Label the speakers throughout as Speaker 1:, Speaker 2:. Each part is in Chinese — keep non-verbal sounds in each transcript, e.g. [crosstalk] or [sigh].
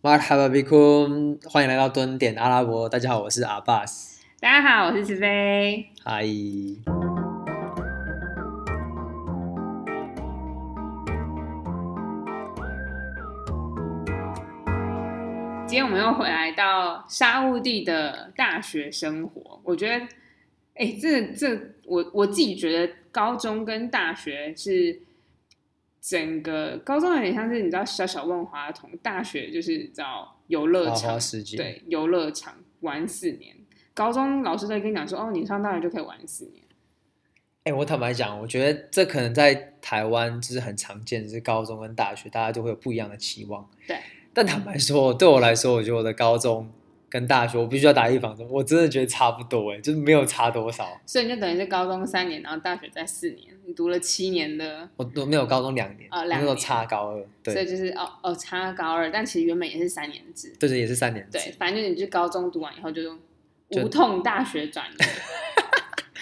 Speaker 1: 马哈巴比坤，欢迎来到蹲点阿拉伯。大家好，我是阿巴斯。
Speaker 2: 大家好，我是慈飞。
Speaker 1: 嗨，
Speaker 2: 今天我们又回来到沙乌地的大学生活，我觉得，哎、这这，我我自己觉得高中跟大学是整个高中有点像是你知道小小万华筒，大学就是你知道游乐
Speaker 1: 花
Speaker 2: 场
Speaker 1: 花，世界。，
Speaker 2: 对，游乐场玩四年。高中老师都会跟你讲说，哦，你上大学就可以玩四年。
Speaker 1: 哎、我坦白讲，我觉得这可能在台湾就是很常见，就是高中跟大学大家就会有不一样的期望。
Speaker 2: 对。
Speaker 1: 但坦白说，对我来说，我觉得我的高中跟大学，我必须要打预防针，我真的觉得差不多、哎，就是没有差多少。
Speaker 2: 所以你就等于是高中三年，然后大学在四年，你读了七年的，
Speaker 1: 我都没有高中两年，
Speaker 2: 哦
Speaker 1: 我
Speaker 2: 两
Speaker 1: 那时候
Speaker 2: 年
Speaker 1: 差高二，对，
Speaker 2: 所以
Speaker 1: 对
Speaker 2: 就是哦哦差高二，但其实原本也是三年制。
Speaker 1: 对，也是三年制。
Speaker 2: 对，反正就是你就高中读完以后就
Speaker 1: 就
Speaker 2: 无痛大学转移。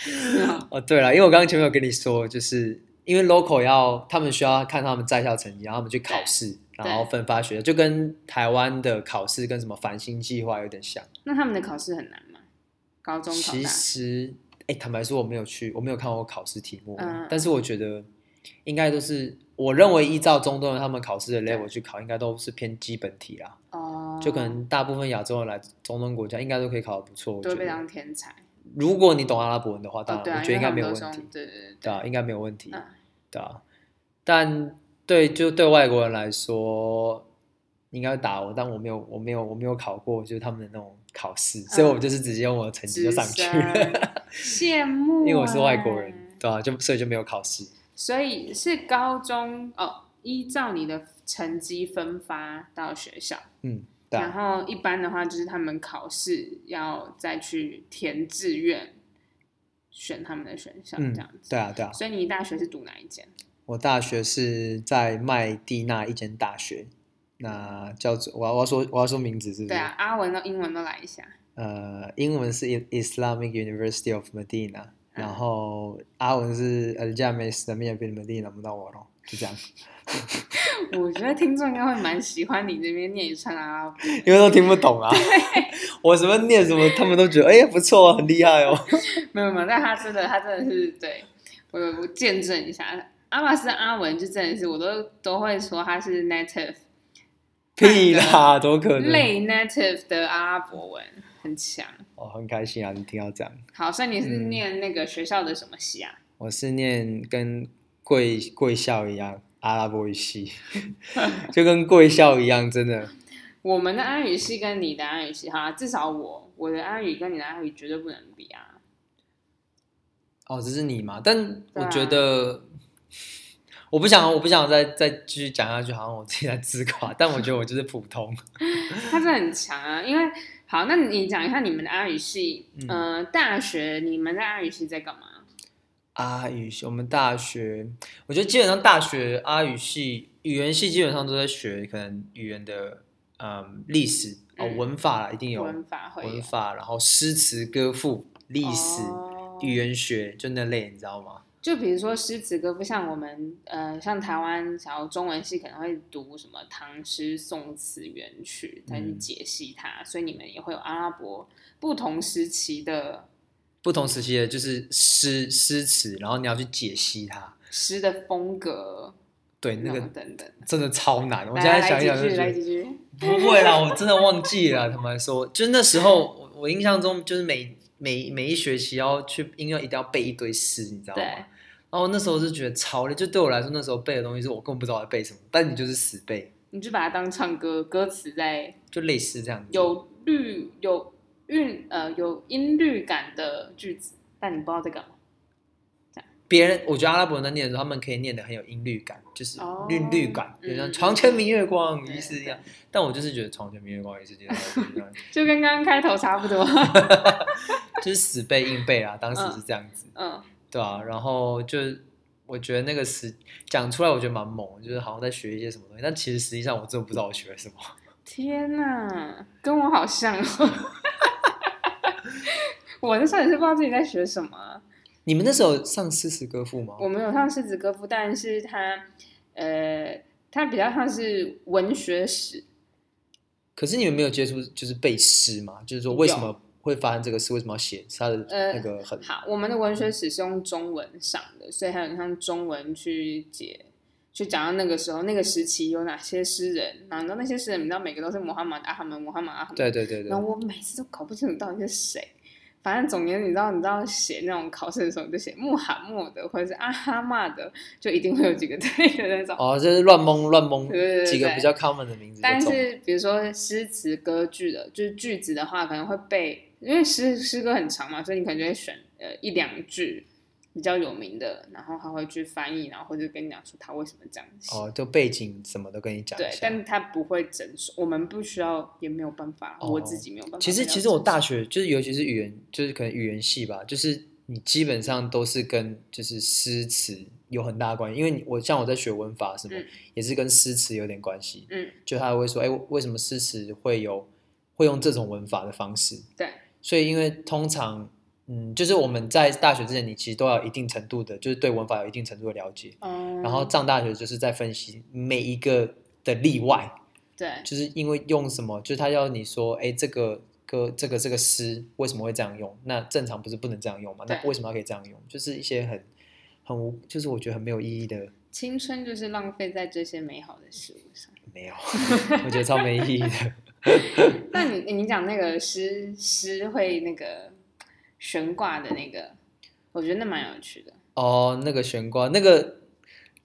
Speaker 1: [laughs]
Speaker 2: 嗯
Speaker 1: 哦，对了，因为我刚刚前面有跟你说，就是因为 local 要他们需要看他们在校成绩，然后他们去考试，
Speaker 2: 对
Speaker 1: 然后分发学校，就跟台湾的考试跟什么繁星计划有点像。
Speaker 2: 那他们的考试很难吗？高中考
Speaker 1: 其
Speaker 2: 大，
Speaker 1: 实，哎，坦白说，我没有去，我没有看过考试题目，
Speaker 2: 嗯
Speaker 1: 但是我觉得应该都是，我认为依照中东人他们考试的
Speaker 2: 对
Speaker 1: level 去考，应该都是偏基本题啦。
Speaker 2: 哦，
Speaker 1: 就可能大部分亚洲人来中东国家，应该都可以考得不错。我
Speaker 2: 都
Speaker 1: 觉
Speaker 2: 会被
Speaker 1: 得，
Speaker 2: 当天才。
Speaker 1: 如果你懂阿拉伯文的话，当
Speaker 2: 哦，对
Speaker 1: 然
Speaker 2: 啊，
Speaker 1: 我觉得应该没有
Speaker 2: 因
Speaker 1: 问
Speaker 2: 为他们
Speaker 1: 题
Speaker 2: 都。中对对
Speaker 1: 对
Speaker 2: 对
Speaker 1: 啊，应该没有问题，
Speaker 2: 嗯
Speaker 1: 对啊。但对，就对外国人来说，应该会打我，但我没有，我没有，我没有考过，就是他们的那种考试，
Speaker 2: 嗯
Speaker 1: 所以我就是直接用我的成绩就
Speaker 2: 直
Speaker 1: 上去了，
Speaker 2: 升羡慕、
Speaker 1: [laughs] 因为我是外国人
Speaker 2: 哎，
Speaker 1: 对啊，就所以就没有考试。
Speaker 2: 所以是高中哦，依照你的成绩分发到学校，
Speaker 1: 嗯，对
Speaker 2: 然
Speaker 1: 啊，
Speaker 2: 后一般的话就是他们考试要再去填志愿，选他们的选项
Speaker 1: 嗯
Speaker 2: 这样子。
Speaker 1: 对啊，对嗯啊。
Speaker 2: 所以你大学是读哪一间？
Speaker 1: 我大学是在麦地那一间大学，那叫做我要我要说我要说名字是不是？
Speaker 2: 对啊，阿文的英文都来一下。
Speaker 1: 呃，英文是 I- Islamic University of Medina，、
Speaker 2: 嗯
Speaker 1: 然后阿文是 Al Jami Islamia bin Medina Munawwara，就这样， [laughs]
Speaker 2: 我觉得听众应该会蛮喜欢你这边念一串啊阿拉伯文。
Speaker 1: 因为都听不懂啊。我什么念什么，他们都觉得哎、不错啊，很厉害哦。
Speaker 2: 没有没有，但他真的他真的是对我我见证一下，阿巴斯阿文就真的是我都都会说他是 native
Speaker 1: 屁啦，怎么可能？
Speaker 2: 类 native 的阿拉伯文很强。
Speaker 1: 哦，很开心啊，你听到这样。
Speaker 2: 好，所以你是
Speaker 1: 嗯
Speaker 2: 念那个学校的什么系啊？
Speaker 1: 我是念跟贵贵校一样阿拉伯语系，就跟贵校一样，真的。
Speaker 2: 我们的阿语系跟你的阿语系，哈，至少我我的阿语跟你的阿语绝对不能比啊。
Speaker 1: 哦，这是你嘛？但
Speaker 2: 对
Speaker 1: 我
Speaker 2: 啊
Speaker 1: 觉得，我不想，我不想再再继续讲下去，好像我自己在自夸。但我觉得我就是普通。 [laughs]
Speaker 2: 他真的很强啊，因为好，那你讲一下你们的阿语系，
Speaker 1: 嗯
Speaker 2: 呃，大学你们的阿语系在干嘛？
Speaker 1: 阿语系，我们大学，我觉得基本上大学阿语系、语言系基本上都在学可能语言的嗯历史哦，
Speaker 2: 嗯
Speaker 1: 文法啦一定有
Speaker 2: 文法会啊
Speaker 1: 文
Speaker 2: 有
Speaker 1: 法，然后诗词歌赋、历史、
Speaker 2: 哦
Speaker 1: 语言学就那类，你知道吗？
Speaker 2: 就比如说诗词歌赋，像我们呃，像台湾，然后中文系可能会读什么唐诗、宋词、元曲，再去
Speaker 1: 嗯
Speaker 2: 解析它，所以你们也会有阿拉伯不同时期的
Speaker 1: 不同时期的就是诗诗词，然后你要去解析它。
Speaker 2: 诗的风格，
Speaker 1: 对，那
Speaker 2: 然
Speaker 1: 个
Speaker 2: 后等等。
Speaker 1: 真的超难，我
Speaker 2: 来
Speaker 1: 现在
Speaker 2: 来
Speaker 1: 想一
Speaker 2: 继
Speaker 1: 想就
Speaker 2: 续
Speaker 1: 觉
Speaker 2: 来
Speaker 1: 得
Speaker 2: 几句，
Speaker 1: 不会啦，我真的忘记了。坦白说，就是那时候我我印象中就是每每每一学期要去应该一定要背一堆诗，你知道吗？
Speaker 2: 对
Speaker 1: 然后那时候就觉得超累，就对我来说那时候背的东西是我根本不知道在背什么，但你就是死背，
Speaker 2: 你就把它当唱歌，歌词在
Speaker 1: 就类似这样子。
Speaker 2: 有律有韵呃有音律感的句子，但你不知道在干嘛。
Speaker 1: 别人，我觉得阿拉伯人在念的时候，他们可以念的很有音律感，就是
Speaker 2: 哦
Speaker 1: 律律感，
Speaker 2: 嗯
Speaker 1: 就像“
Speaker 2: 嗯
Speaker 1: 床前明月光”
Speaker 2: 对
Speaker 1: 一是一样。但我就是觉得“床前明月光”一是一样，
Speaker 2: [laughs] 就跟刚刚开头差不多。
Speaker 1: [laughs] 就是死背硬背啦。当时是这样子。
Speaker 2: 嗯，
Speaker 1: 对啊，然后就我觉得那个时讲出来，我觉得蛮猛，就是好像在学一些什么东西，但其实实际上我真的不知道我学了什么。 [laughs]
Speaker 2: 天哪，跟我好像哦。 [laughs] 我那时候也是不知道自己在学什么啊。
Speaker 1: 你们那时候上诗词歌赋吗？
Speaker 2: 我们有上诗词歌赋，但是它呃它比较像是文学史，
Speaker 1: 可是你们没有接触就是背诗嘛？就是说为什么会发生这个事？为什么要写它的
Speaker 2: 呃
Speaker 1: 那个很、
Speaker 2: 好，我们的文学史是用中文上的，所以还有像中文去解，去讲到那个时候那个时期有哪些诗人，然后你知道那些诗人，你知道每个都是穆罕默德阿哈门、穆罕默德阿哈门，
Speaker 1: 对对对对
Speaker 2: 然，后我每次都搞不清楚到底是谁。反正总言之，你知道，你知道写那种考试的时候，你就写穆罕默德或者是阿哈嘛的，就一定会有几个对的那种。
Speaker 1: 哦，就是乱蒙乱蒙
Speaker 2: 对对对
Speaker 1: 几个
Speaker 2: 对
Speaker 1: 比较 common 的名字就中了。
Speaker 2: 但是比如说诗词歌句的，就是句子的话，可能会被，因为诗诗歌很长嘛，所以你可能就会选呃一两句比较有名的，然后他会去翻译，然后或者跟你讲说他为什么这样写。
Speaker 1: 哦，就背景什么都跟你讲
Speaker 2: 对
Speaker 1: 一，下。
Speaker 2: 但他不会整首，我们不需要，也没有办法，
Speaker 1: 哦
Speaker 2: 我自己没有办法
Speaker 1: 其
Speaker 2: 比较整首。
Speaker 1: 实其实我大学就是尤其是语言，就是可能语言系吧，就是你基本上都是跟就是诗词有很大关系，因为你我像我在学文法什么，
Speaker 2: 嗯
Speaker 1: 也是跟诗词有点关系。
Speaker 2: 嗯，
Speaker 1: 就他会说，哎，为什么诗词会有会用这种文法的方式？
Speaker 2: 对，
Speaker 1: 所以因为通常。嗯，就是我们在大学之前，你其实都要有一定程度的，就是对文法有一定程度的了解。
Speaker 2: 嗯，
Speaker 1: 然后上大学就是在分析每一个的例外，
Speaker 2: 对，
Speaker 1: 就是因为用什么，就是他要你说，哎，这个歌，这个这个诗为什么会这样用？那正常不是不能这样用吗？那
Speaker 2: 对
Speaker 1: 为什么要可以这样用？就是一些很很无，就是我觉得很没有意义的，
Speaker 2: 青春就是浪费在这些美好的事物上。
Speaker 1: 没有，我觉得超没意义的。
Speaker 2: 那你你讲那个诗诗会那个悬挂的那个，我觉得那蛮有趣的。
Speaker 1: 哦，那个悬挂，那个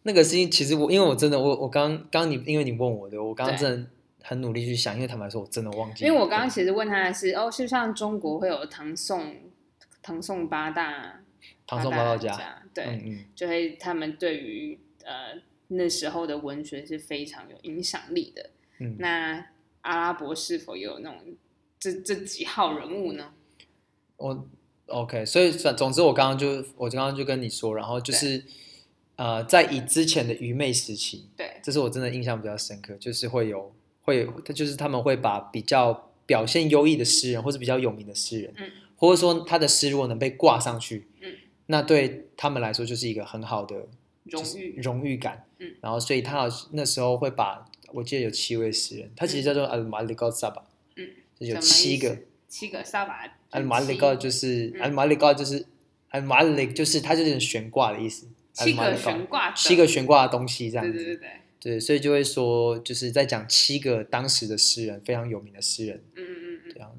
Speaker 1: 那个事情，其实我因为我真的，我我刚刚你因为你问我的，我刚刚
Speaker 2: 对
Speaker 1: 真的很努力去想，因为坦白说，我真的忘记了，
Speaker 2: 因为我刚刚其实问他的是，哦，是像中国会有唐宋唐宋八大
Speaker 1: 唐宋八
Speaker 2: 八
Speaker 1: 大家，
Speaker 2: 家，对，
Speaker 1: 嗯嗯，
Speaker 2: 就会他们对于呃那时候的文学是非常有影响力的。
Speaker 1: 嗯
Speaker 2: 那阿拉伯是否也有那种这这几号人物呢？
Speaker 1: 我 OK，所以总总之我刚刚就我刚刚就跟你说，然后就是呃，在以之前的愚昧时期，
Speaker 2: 对，
Speaker 1: 这是我真的印象比较深刻，就是会有会他就是他们会把比较表现优异的诗人，或是比较有名的诗人，
Speaker 2: 嗯
Speaker 1: 或者说他的诗如果能被挂上去，
Speaker 2: 嗯
Speaker 1: 那对他们来说就是一个很好的就
Speaker 2: 荣
Speaker 1: 是
Speaker 2: 誉，
Speaker 1: 荣誉感。
Speaker 2: 嗯
Speaker 1: 然后所以他好像那时候会把我记得有七位诗人，他其实叫做 Al Malik al Sabah，
Speaker 2: 嗯，
Speaker 1: 就是有
Speaker 2: 什么意
Speaker 1: 七个
Speaker 2: 思七个萨瓦，
Speaker 1: 安马里高就是
Speaker 2: 嗯
Speaker 1: 安马里高就是安马里就是它就是悬挂的意思，
Speaker 2: 七个
Speaker 1: Al-Malik
Speaker 2: 悬挂，
Speaker 1: 七个，悬挂的东西这样
Speaker 2: 对
Speaker 1: 子，
Speaker 2: 对对对，
Speaker 1: 对所以就会说就是在讲七个当时的诗人非常有名的诗人，
Speaker 2: 嗯嗯嗯
Speaker 1: 这样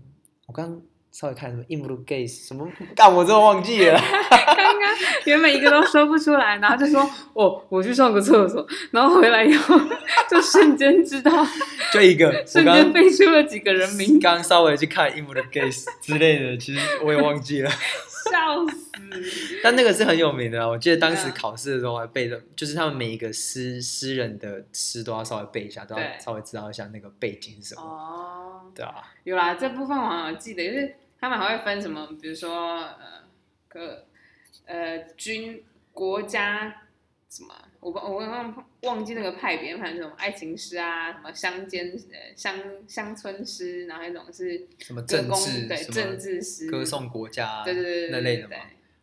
Speaker 1: 我刚稍微看什么 i m r u g a s 什么，干我真的忘记了，
Speaker 2: 嗯，刚刚 [laughs] 原本一个都说不出来，然后就说哦，我去上个厕所，然后回来以后就瞬间知道，
Speaker 1: 就一个，我
Speaker 2: 瞬间
Speaker 1: 刚
Speaker 2: 背出了几个人名，
Speaker 1: 刚稍微去看 i m r u g a s 之类的，其实我也忘记了，
Speaker 2: 笑死，
Speaker 1: 但那个是很有名的啊，我记得当时
Speaker 2: 对啊
Speaker 1: 考试的时候还背的，就是他们每一个诗诗人的诗都要稍微背一下，都要
Speaker 2: 对
Speaker 1: 稍微知道一下那个背景是什么。
Speaker 2: 哦，
Speaker 1: 对啊，
Speaker 2: 有啦，这部分我好像有记得，就是他们还会分什么，比如说呃，个呃军国家什么，我忘我忘忘记那个派别，反正这种爱情诗啊，什么乡间呃乡乡村诗，然后一种是
Speaker 1: 什么
Speaker 2: 歌
Speaker 1: 政
Speaker 2: 功
Speaker 1: 治，
Speaker 2: 对
Speaker 1: 什
Speaker 2: 政
Speaker 1: 么
Speaker 2: 治诗，
Speaker 1: 歌颂国家啊
Speaker 2: 对对对对
Speaker 1: 那类的嘛
Speaker 2: 对，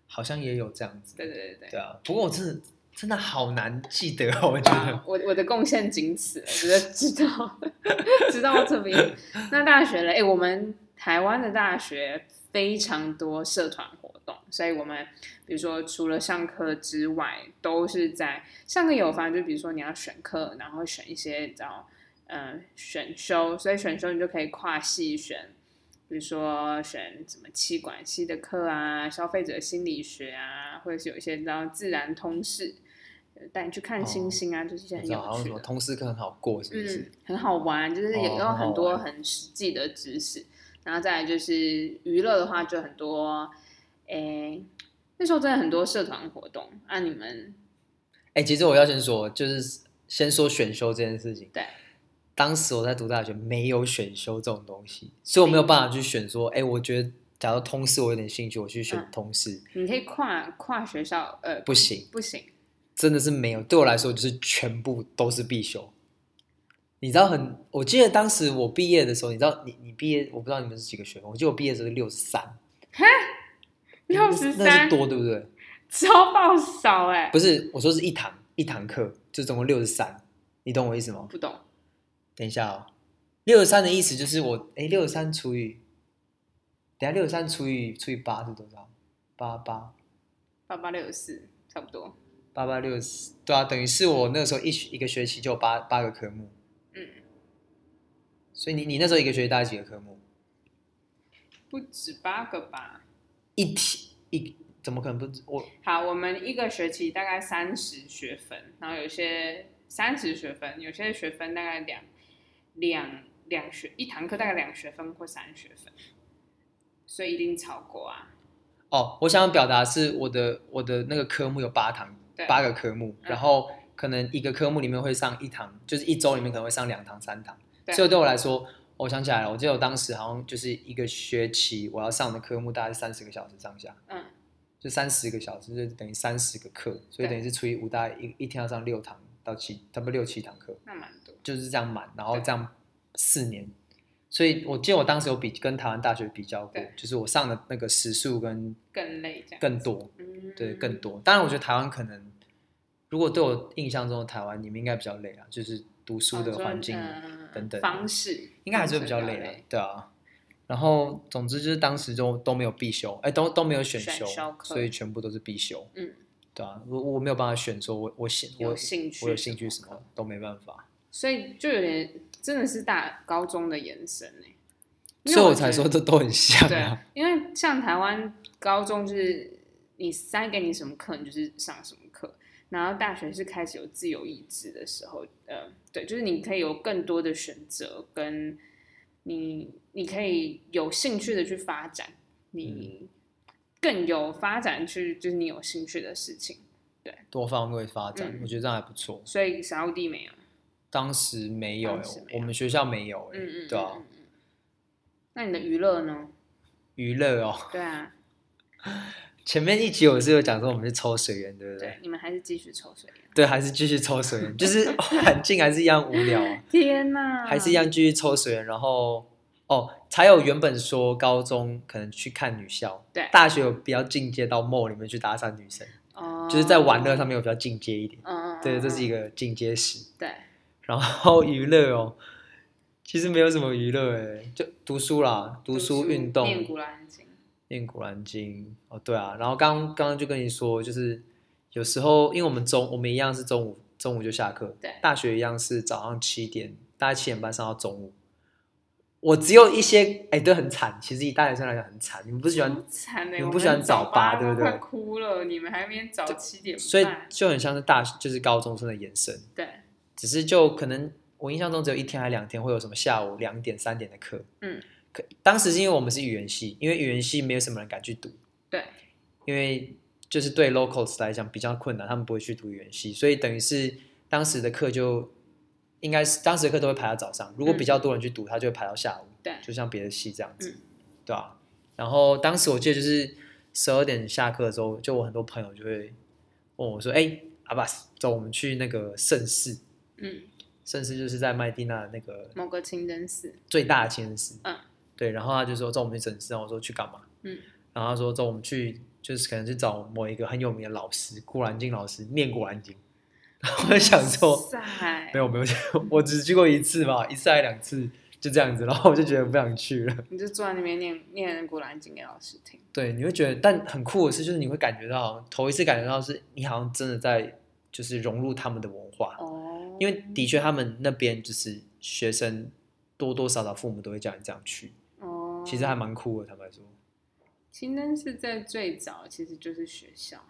Speaker 1: 好像也有这样子。
Speaker 2: 对对对
Speaker 1: 对
Speaker 2: 对。
Speaker 1: 啊，不过我真的真的好难记得哦，我觉得。
Speaker 2: 我我的贡献仅此了，只是知道知道这边。那大学了，哎、我们台湾的大学非常多社团活动，所以我们比如说除了上课之外，都是在上课有，反正就比如说你要选课，然后选一些你知道，嗯、选修，所以选修你就可以跨系选。比如说选什么气管系的课啊，消费者心理学啊，或者是有一些你知道自然通识，呃带你去看星星啊，就是一些
Speaker 1: 哦我
Speaker 2: 很
Speaker 1: 知道，
Speaker 2: 有
Speaker 1: 好像
Speaker 2: 趣
Speaker 1: 什
Speaker 2: 的
Speaker 1: 么。通识课很好过，是不
Speaker 2: 嗯
Speaker 1: 是？，
Speaker 2: 很好玩，就是有
Speaker 1: 哦
Speaker 2: 有很
Speaker 1: 很
Speaker 2: 多
Speaker 1: 好
Speaker 2: 很实际的知识。然后再来就是娱乐的话，就很多，诶，那时候真的很多社团活动啊。你们
Speaker 1: 哎、其实我要先说，就是先说选修这件事情。
Speaker 2: 对，
Speaker 1: 当时我在读大学，没有选修这种东西，所以我没有办
Speaker 2: 嗯
Speaker 1: 法去选说，哎、我觉得假如通识我有点兴趣，我去选
Speaker 2: 嗯
Speaker 1: 通识，
Speaker 2: 你可以跨跨学校，呃，
Speaker 1: 不行，
Speaker 2: 不行，
Speaker 1: 真的是没有。对我来说，就是全部都是必修。你知道很，我记得当时我毕业的时候，你知道你你毕业，我不知道你们是几个学分，我记得我毕业的时候是六十三，
Speaker 2: [laughs] 六十
Speaker 1: 那
Speaker 2: 三
Speaker 1: 是，多对不对？
Speaker 2: 超爆少哎、
Speaker 1: 不是，我说是一堂一堂课，就总共六十三，你懂我意思吗？
Speaker 2: 不懂，
Speaker 1: 等一下哦，六十三的意思就是我哎，六十三除以，等一下六十三除以除以八是多少？八八
Speaker 2: 八八六十四差不多。
Speaker 1: 八八六十，对啊，等于是我那时候一学一个学期就有八八个科目。
Speaker 2: 嗯，
Speaker 1: 所以你你那时候一个学期大概几个科目？
Speaker 2: 不止八个吧。
Speaker 1: 一题一怎么可能不止？我
Speaker 2: 好，我们一个学期大概三十学分，然后有些三十学分，有些学分大概两两两学一堂课大概两学分或三学分，所以一定超过啊。
Speaker 1: 哦，我想表达是我的我的那个科目有八堂
Speaker 2: 对，
Speaker 1: 八个科目，
Speaker 2: 嗯
Speaker 1: 然后可能一个科目里面会上一堂，就是一周里面可能会上两堂三堂。
Speaker 2: 对啊
Speaker 1: 所以对我来说，我想起来了，我记得我当时好像就是一个学期我要上的科目大概三十个小时上下，
Speaker 2: 嗯，
Speaker 1: 就三十个小时就等于三十个课，所以
Speaker 2: 对
Speaker 1: 等于是除以五，大概一一天要上六堂到七，差不多六七堂课。
Speaker 2: 那蛮多。
Speaker 1: 就是这样满，然后
Speaker 2: 对
Speaker 1: 这样四年。所以我记得我当时有比跟台湾大学比较过
Speaker 2: 对，
Speaker 1: 就是我上的那个时数跟
Speaker 2: 更累这样。
Speaker 1: 更多，
Speaker 2: 嗯，
Speaker 1: 对更。多。当然，我觉得台湾可能，如果对我印象中的台湾，你们应该比较累啊，就是读书的环境
Speaker 2: 哦嗯
Speaker 1: 等等
Speaker 2: 方式，
Speaker 1: 应该还是会比较累啊，对啊。然后总之就是当时就都没有必修，哎，都都没有选
Speaker 2: 选
Speaker 1: 修
Speaker 2: 修，课
Speaker 1: 所以全部都是必修，
Speaker 2: 嗯，
Speaker 1: 对啊。我我没有办法选说我我兴我
Speaker 2: 有兴趣，
Speaker 1: 我有兴趣什么，都没办法。
Speaker 2: 所以就有点真的是大高中的延伸呢、因为
Speaker 1: 所以我
Speaker 2: 觉
Speaker 1: 才
Speaker 2: 得
Speaker 1: 说这都很 [laughs] 像
Speaker 2: 啊对
Speaker 1: 啊。，
Speaker 2: 因为像台湾高中就是你塞给你什么课，你就是上什么课。然后大学是开始有自由意志的时候，呃，对，就是你可以有更多的选择，跟你你可以有兴趣的去发展，你
Speaker 1: 嗯
Speaker 2: 更有发展去就是你有兴趣的事情。
Speaker 1: 多方位发展，
Speaker 2: 嗯
Speaker 1: 我觉得这样还不错。
Speaker 2: 所以沙乌地没有，
Speaker 1: 当时没有,、
Speaker 2: 当时没有
Speaker 1: 我们学校没有、欸，
Speaker 2: 嗯嗯，
Speaker 1: 对
Speaker 2: 嗯
Speaker 1: 啊，
Speaker 2: 嗯嗯那你的娱乐呢？
Speaker 1: 娱乐哦。 [laughs]
Speaker 2: 对啊，
Speaker 1: 前面一集我是有讲说我们是抽水源，对不对？
Speaker 2: 对，你们还是继续抽水烟。
Speaker 1: 对，还是继续抽水源，就是哦环境还是一样无聊、啊，
Speaker 2: 天哪，
Speaker 1: 还是一样继续抽水源。然后哦，才有原本说高中可能去看女校，
Speaker 2: 对
Speaker 1: 大学有比较进阶到 mall 里面去搭讪女生，
Speaker 2: 哦，
Speaker 1: 就是在玩乐上面有比较进阶一点。
Speaker 2: 嗯，嗯，
Speaker 1: 对，这是一
Speaker 2: 个
Speaker 1: 个进阶史。
Speaker 2: 对。
Speaker 1: 然后娱乐哦，其实没有什么娱乐诶，就读书啦，读书、运动、嗯
Speaker 2: 念古兰经，
Speaker 1: 念古兰经。哦，对啊，然后刚刚刚就跟你说，就是有时候因为我们中我们一样是中午中午就下课，
Speaker 2: 对
Speaker 1: 大学一样是早上七点，大概七点半上到中午。我只有一些哎，对，很惨。其实以大学生来讲很惨，你们不喜欢
Speaker 2: 好惨的，欸
Speaker 1: 你
Speaker 2: 我
Speaker 1: 们
Speaker 2: 们
Speaker 1: 不喜欢
Speaker 2: 早
Speaker 1: 早八
Speaker 2: 都
Speaker 1: 对不对
Speaker 2: 快哭了，你们还没早七点半，
Speaker 1: 所以就很像是大就是高中生的延伸。
Speaker 2: 对，
Speaker 1: 只是就可能我印象中只有一天还两天会有什么下午两点三点的课，
Speaker 2: 嗯，
Speaker 1: 可当时是因为我们是语言系，因为语言系没有什么人敢去读，
Speaker 2: 对，
Speaker 1: 因为就是对 locals 来讲比较困难，他们不会去读语言系，所以等于是当时的课就应该是当时的课都会排到早上，如果比较多人去读，它就会排到下午，
Speaker 2: 嗯对
Speaker 1: 就像别的系这样子，
Speaker 2: 嗯
Speaker 1: 对吧、然后当时我记得就是十二点下课的时候，就我很多朋友就会问我说：“哎、阿巴斯，走，我们去那个盛世。”
Speaker 2: 嗯，
Speaker 1: 甚至就是在麦地那那个
Speaker 2: 某个清真寺，
Speaker 1: 最大的城市，
Speaker 2: 嗯，
Speaker 1: 对，然后他就说叫我们去整市，然后我说去干嘛？
Speaker 2: 嗯，
Speaker 1: 然后他说叫我们去，就是可能去找某一个很有名的老师，古兰经老师念古兰经。然 [laughs] 后我就想说，
Speaker 2: 哇
Speaker 1: 没
Speaker 2: 塞，
Speaker 1: 有没有，我只去过一次嘛，一次还两次，就这样子，然后我就觉得不想去了。 [laughs]
Speaker 2: 你就坐在那边念念古兰经给老师听，
Speaker 1: 对，你会觉得，但很酷的是，就是你会感觉到，头一次感觉到是你好像真的在就是融入他们的文化，
Speaker 2: 哦，
Speaker 1: 因为的确他们那边就是学生多多少少父母都会叫你这样去，
Speaker 2: 哦，
Speaker 1: 其实还蛮酷的，坦白说。
Speaker 2: 清真寺在最早其实就是学校，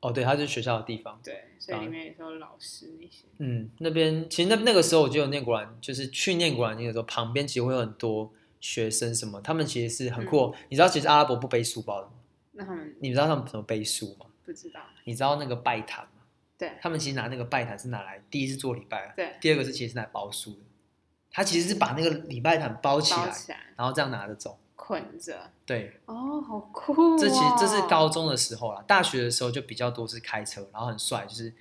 Speaker 1: 哦，对，它是学校的地方。
Speaker 2: 对，所以里面也是有老师那些，
Speaker 1: 嗯，那边其实那那个时候我就有念古兰，就是去念古兰经的时候，旁边其实会有很多学生什么，他们其实是很酷。
Speaker 2: 嗯
Speaker 1: 你知道，其实阿拉伯不背书包的吗，
Speaker 2: 那他们
Speaker 1: 你知道他们怎么背书吗？
Speaker 2: 不知道，
Speaker 1: 你知道那个拜坛吗？
Speaker 2: 对
Speaker 1: 他们其实拿那个拜坛是拿来，第一是做礼拜，啊
Speaker 2: 对，
Speaker 1: 第二个是其实是拿来包书的。他其实是把那个礼拜坛包起
Speaker 2: 包
Speaker 1: 来，
Speaker 2: 起来
Speaker 1: 然后这样拿着走。
Speaker 2: 捆着，
Speaker 1: 对，
Speaker 2: 哦，好酷、哦，
Speaker 1: 这其实这是高中的时候啦，大学的时候就比较多是开车，然后很帅，就是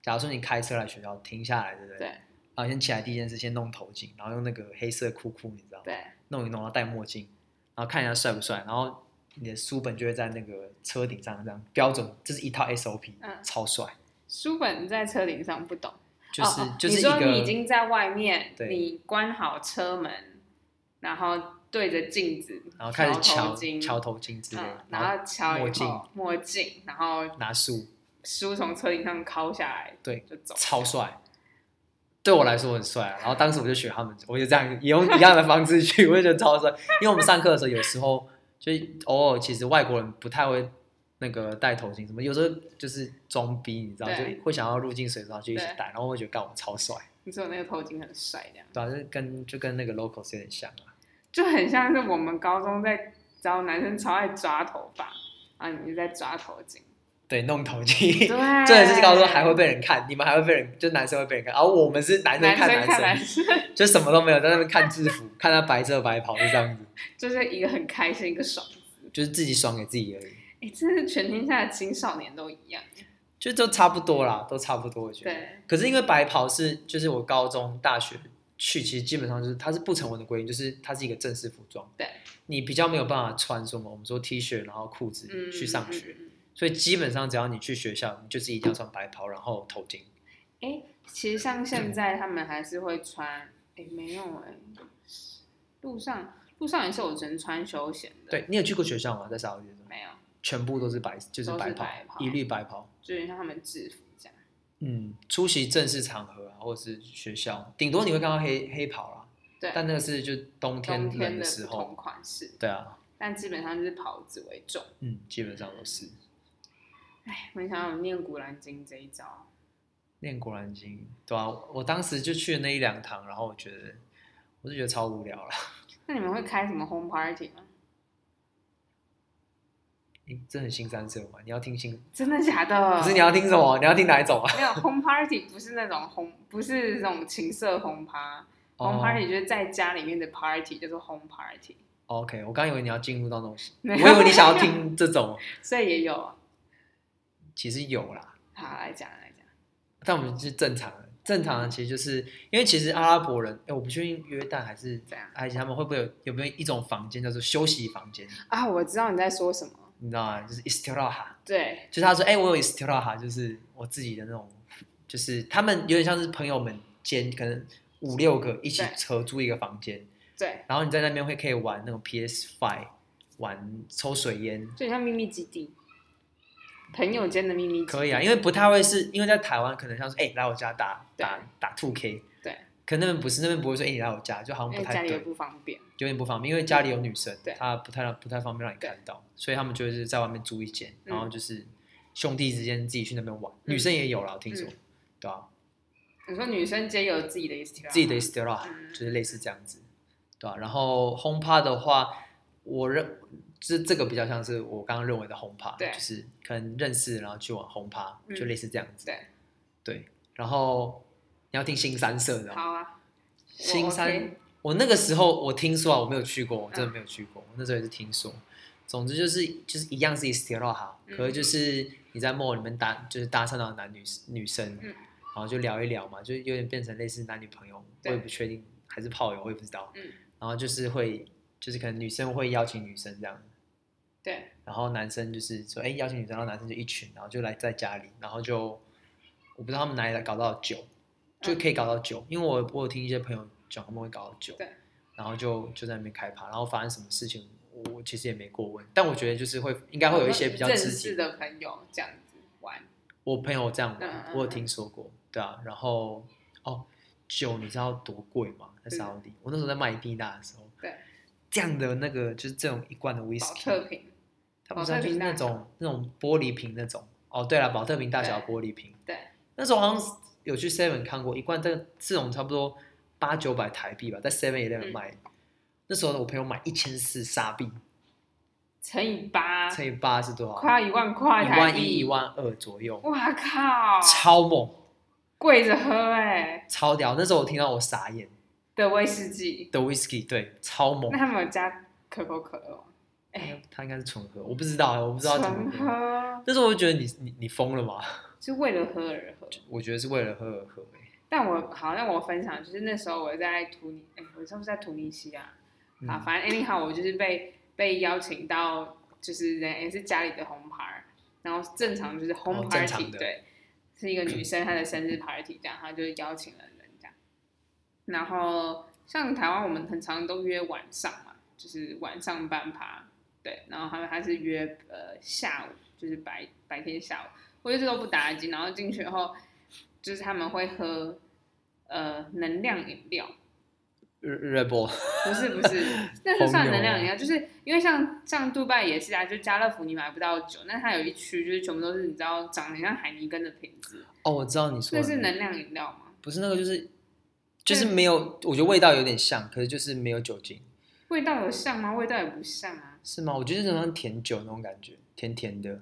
Speaker 1: 假如说你开车来学校停下来，对不对？
Speaker 2: 对
Speaker 1: 然后先起来第一件事先弄头巾，然后用那个黑色裤裤，你知道吗？
Speaker 2: 对。
Speaker 1: 弄一弄，然后戴墨镜，然后看一下帅不帅，然后你的书本就会在那个车顶上这样标准，这是一套 SOP，、
Speaker 2: 嗯
Speaker 1: 超帅。
Speaker 2: 书本在车顶上不懂，
Speaker 1: 就是、
Speaker 2: 哦、
Speaker 1: 就是一
Speaker 2: 你
Speaker 1: 个
Speaker 2: 说你已经在外面，
Speaker 1: 对
Speaker 2: 你关好车门，然后对着镜子，
Speaker 1: 然后开始敲
Speaker 2: 敲头巾
Speaker 1: 敲头巾之类的
Speaker 2: 嗯，，然后敲以后
Speaker 1: 墨镜
Speaker 2: 墨镜，然后
Speaker 1: 拿书，
Speaker 2: 书从车顶上敲下来，
Speaker 1: 对，
Speaker 2: 就走，
Speaker 1: 超帅。对我来说很帅啊、然后当时我就学他们，我就这样也用一样的方式去，我就觉得超帅。因为我们上课的时候，有时候就偶尔其实外国人不太会那个戴头巾什么，有时候就是装逼，你知道，就
Speaker 2: 对
Speaker 1: 会想要入境随俗，然后就一起
Speaker 2: 对
Speaker 1: 戴，然后我会觉得干我超帅，
Speaker 2: 你说那个头巾很帅，这样
Speaker 1: 对啊，就跟就跟那个 locals 有点像啊。
Speaker 2: 就很像是我们高中在招男生超爱抓头发，啊，你就在抓头
Speaker 1: [laughs]
Speaker 2: 巾，
Speaker 1: 对，弄头巾，
Speaker 2: 对，
Speaker 1: 这也是高中还会被人看，你们还会被人，就男生会被人看，然后我们是男生
Speaker 2: 男
Speaker 1: 看
Speaker 2: 生
Speaker 1: 男
Speaker 2: 看男
Speaker 1: 生，
Speaker 2: 生，
Speaker 1: 就什么都没有，在那边看制服，看他白色白袍就这样子，
Speaker 2: 就是一个很开心，一个爽。 [laughs]
Speaker 1: 就是自己爽给自己而已，
Speaker 2: 哎，真是全天下的青少年都一样，
Speaker 1: 就都差不多啦，都差不多，我觉得。
Speaker 2: 对，
Speaker 1: 可是因为白袍是，就是我高中、大学去，其实基本上就是它是不成文的规定，就是它是一个正式服装，
Speaker 2: 对，
Speaker 1: 你比较没有办法穿什么，我们说 T 恤，然后裤子
Speaker 2: 嗯，
Speaker 1: 去上学，
Speaker 2: 嗯。嗯嗯
Speaker 1: 所以基本上只要你去学校，你就是一定要穿白袍，然后头巾。
Speaker 2: 哎，其实像现在他们还是会穿，哎，没有哎，路上路上也是有人穿休闲的，
Speaker 1: 对，你有去过学校吗？在沙特的时候，
Speaker 2: 没有，
Speaker 1: 全部都是白，就是
Speaker 2: 都是
Speaker 1: 白袍
Speaker 2: 白，袍
Speaker 1: 一律白袍。
Speaker 2: 就是像他们制服这样。
Speaker 1: 嗯，出席正式场合啊，或者是学校，顶多你会看到黑黑袍啦。
Speaker 2: 对
Speaker 1: 但那个是就冬
Speaker 2: 冬
Speaker 1: 天
Speaker 2: 天
Speaker 1: 冷
Speaker 2: 的
Speaker 1: 时
Speaker 2: 不同
Speaker 1: 候。
Speaker 2: 款式，
Speaker 1: 对啊，
Speaker 2: 但基本上就是袍子为重。
Speaker 1: 嗯，基本上都是
Speaker 2: 哎，没想到有念《古兰经》这一招，
Speaker 1: 念古兰经，对啊，我当时就去了那一两堂，然后我觉得，我就觉得超无聊了。 [laughs]
Speaker 2: 那你们会开什么 home party 吗？
Speaker 1: 你这很新三色嘛？你要听新，
Speaker 2: 真的假的？
Speaker 1: 可是你要听什么？你要听哪一种啊？
Speaker 2: [laughs] 没有 home party 不是那种红，不是那种情色红趴。home party 就是在家里面的 party，叫做 home party。
Speaker 1: 哦 OK，我刚以为你要进入到那种，
Speaker 2: 我
Speaker 1: 我以为你想要，听这种，
Speaker 2: [laughs] 所以也有啊。
Speaker 1: 其实有啦。
Speaker 2: 好，来讲来讲。
Speaker 1: 但我们是正常的，正常的其实就是因为其实阿拉伯人，哎、我不确定约旦还是
Speaker 2: 怎样
Speaker 1: 埃及他们会不会有有没有一种房间叫做休息房间，
Speaker 2: 啊，我知道你在说什么。
Speaker 1: 你知道吗？就是 istiraha，
Speaker 2: 对，
Speaker 1: 就是他说，哎、我有 istiraha，就是我自己的那种，就是他们有点像是朋友们间，可能五六个一起
Speaker 2: 对
Speaker 1: 合租一个房间，
Speaker 2: 对，
Speaker 1: 然后你在那边会可以玩那种 PS Five，玩抽水烟。
Speaker 2: 就很像秘密基地，朋友间的秘密基地。
Speaker 1: 可以啊，因为不太会是，因为在台湾可能像是，哎、来我家打打
Speaker 2: 对
Speaker 1: 打 two K，
Speaker 2: 对，
Speaker 1: 可那边不是，那边不会说，哎、你来我家，就好像不
Speaker 2: 因为
Speaker 1: 太
Speaker 2: 家里
Speaker 1: 对
Speaker 2: 又，不方便。
Speaker 1: 有点不方便，因为家里有女生
Speaker 2: 对，
Speaker 1: 她不太让不太方便让你看到，所以他们就是在外面租一间，
Speaker 2: 嗯
Speaker 1: 然后就是兄弟之间自己去那边玩，
Speaker 2: 嗯
Speaker 1: 女生也有啦，我听说，对啊，
Speaker 2: 你说女生皆有自己的 s t
Speaker 1: 自己的 s t e r a
Speaker 2: 嗯
Speaker 1: 就是类似这样子，对啊，然后轰趴的话，我认这这个比较像是我刚刚认为的轰趴，
Speaker 2: 对
Speaker 1: 就是可能认识然后去玩轰趴，
Speaker 2: 嗯
Speaker 1: 就类似这样子，
Speaker 2: 对
Speaker 1: 对，然后你要听新三社的哦，
Speaker 2: 好啊，
Speaker 1: 新山，
Speaker 2: 我 OK
Speaker 1: 我那个时候我听说啊，我没有去过，我真
Speaker 2: 嗯
Speaker 1: 的没有去过，我那时候也是听说。总之就是就是一样是 i s t i r a 哈，
Speaker 2: 嗯
Speaker 1: 可是就是你在 mall 里面搭就是搭讪到的男女女生，
Speaker 2: 嗯
Speaker 1: 然后就聊一聊嘛，就有点变成类似男女朋友，我
Speaker 2: 对
Speaker 1: 也不确定还是炮友，我也不知道。
Speaker 2: 嗯
Speaker 1: 然后就是会就是可能女生会邀请女生这样，
Speaker 2: 对，
Speaker 1: 然后男生就是说，哎、邀请女生，然后男生就一群，然后就来在家里，然后就我不知道他们哪里来搞到酒，就可以搞到酒，因为我我有听一些朋友讲他们会搞到酒，
Speaker 2: 嗯对，
Speaker 1: 然后就就在那边开趴，然后发生什么事情，我我其实也没过问，但我觉得就是会应该会有一些比较
Speaker 2: 正
Speaker 1: 刺
Speaker 2: 式
Speaker 1: 激，
Speaker 2: 的朋友这样子玩，
Speaker 1: 我朋友这样
Speaker 2: 哦嗯嗯
Speaker 1: 玩，
Speaker 2: 嗯
Speaker 1: 我有听说过，对啊，然后哦，酒你知道多贵吗？在沙地，我那时候在麦地那的时候，
Speaker 2: 嗯对，
Speaker 1: 这样的那个就是这种一罐的
Speaker 2: 保
Speaker 1: whisky，
Speaker 2: 特瓶，
Speaker 1: 它不是它就是那
Speaker 2: 保
Speaker 1: 种那种玻璃瓶那种。哦，对了，保特瓶大小的
Speaker 2: 对
Speaker 1: 玻璃瓶。
Speaker 2: 对，
Speaker 1: 那时候好像有去 Seven 看过一罐，这个这种差不多八九百台币吧，在 Seven Eleven
Speaker 2: 嗯
Speaker 1: 卖。那时候我朋友买一千四沙币，
Speaker 2: 乘以八，
Speaker 1: 乘以八是多少？
Speaker 2: 啊快要一万块
Speaker 1: 一
Speaker 2: 台
Speaker 1: 万一、
Speaker 2: 币，
Speaker 1: 一万二左右，
Speaker 2: 哇靠，
Speaker 1: 超猛，
Speaker 2: 跪着喝哎、
Speaker 1: 超屌！那时候我听到我傻眼。
Speaker 2: 的威士忌，
Speaker 1: 的 whisky 对，超猛
Speaker 2: 那。他们有加可口可乐吗？哎、
Speaker 1: 它应该是纯喝，我不知道，我不知道怎
Speaker 2: 纯
Speaker 1: 么喝。
Speaker 2: 喝
Speaker 1: 那时候我就觉得你你你疯了吗？
Speaker 2: 是为了喝而喝。
Speaker 1: 我觉得是为了喝而喝、欸
Speaker 2: 但我好，那我分享就是那时候我在图尼，哎、我是不是在图尼西亚、
Speaker 1: 嗯
Speaker 2: 啊？反正 anyhow，我就是被被邀请到，就是人也是家里的红牌，然后正常就是
Speaker 1: 哦
Speaker 2: home
Speaker 1: 正
Speaker 2: party，、
Speaker 1: 常的
Speaker 2: 对，是一个女生她的生日 party，这样她就邀请了人这样。然后像台湾我们很常都约晚上嘛，就是晚上办趴，对。然后他们他是约呃下午，就是白白天下午，我一直都不打紧。然后进去后，就是他们会喝呃能量饮料，
Speaker 1: Red Bull，
Speaker 2: [laughs] 不是不是，
Speaker 1: [laughs]
Speaker 2: 那是算能量饮
Speaker 1: 啊
Speaker 2: 料，就是因为像像杜拜也是啊，就家乐福你买不到酒，那它有一区就是全部都是你知道长得像海尼根的瓶子，
Speaker 1: 哦，我知道你说
Speaker 2: 那
Speaker 1: 的那
Speaker 2: 是
Speaker 1: 个，
Speaker 2: 能量饮料吗？
Speaker 1: 不是那个，就是就是没有，我觉得味道有点像，可是就是没有酒精，
Speaker 2: 味道有像吗？味道也不像啊，
Speaker 1: 是吗？我觉得那种像甜酒那种感觉，甜甜的。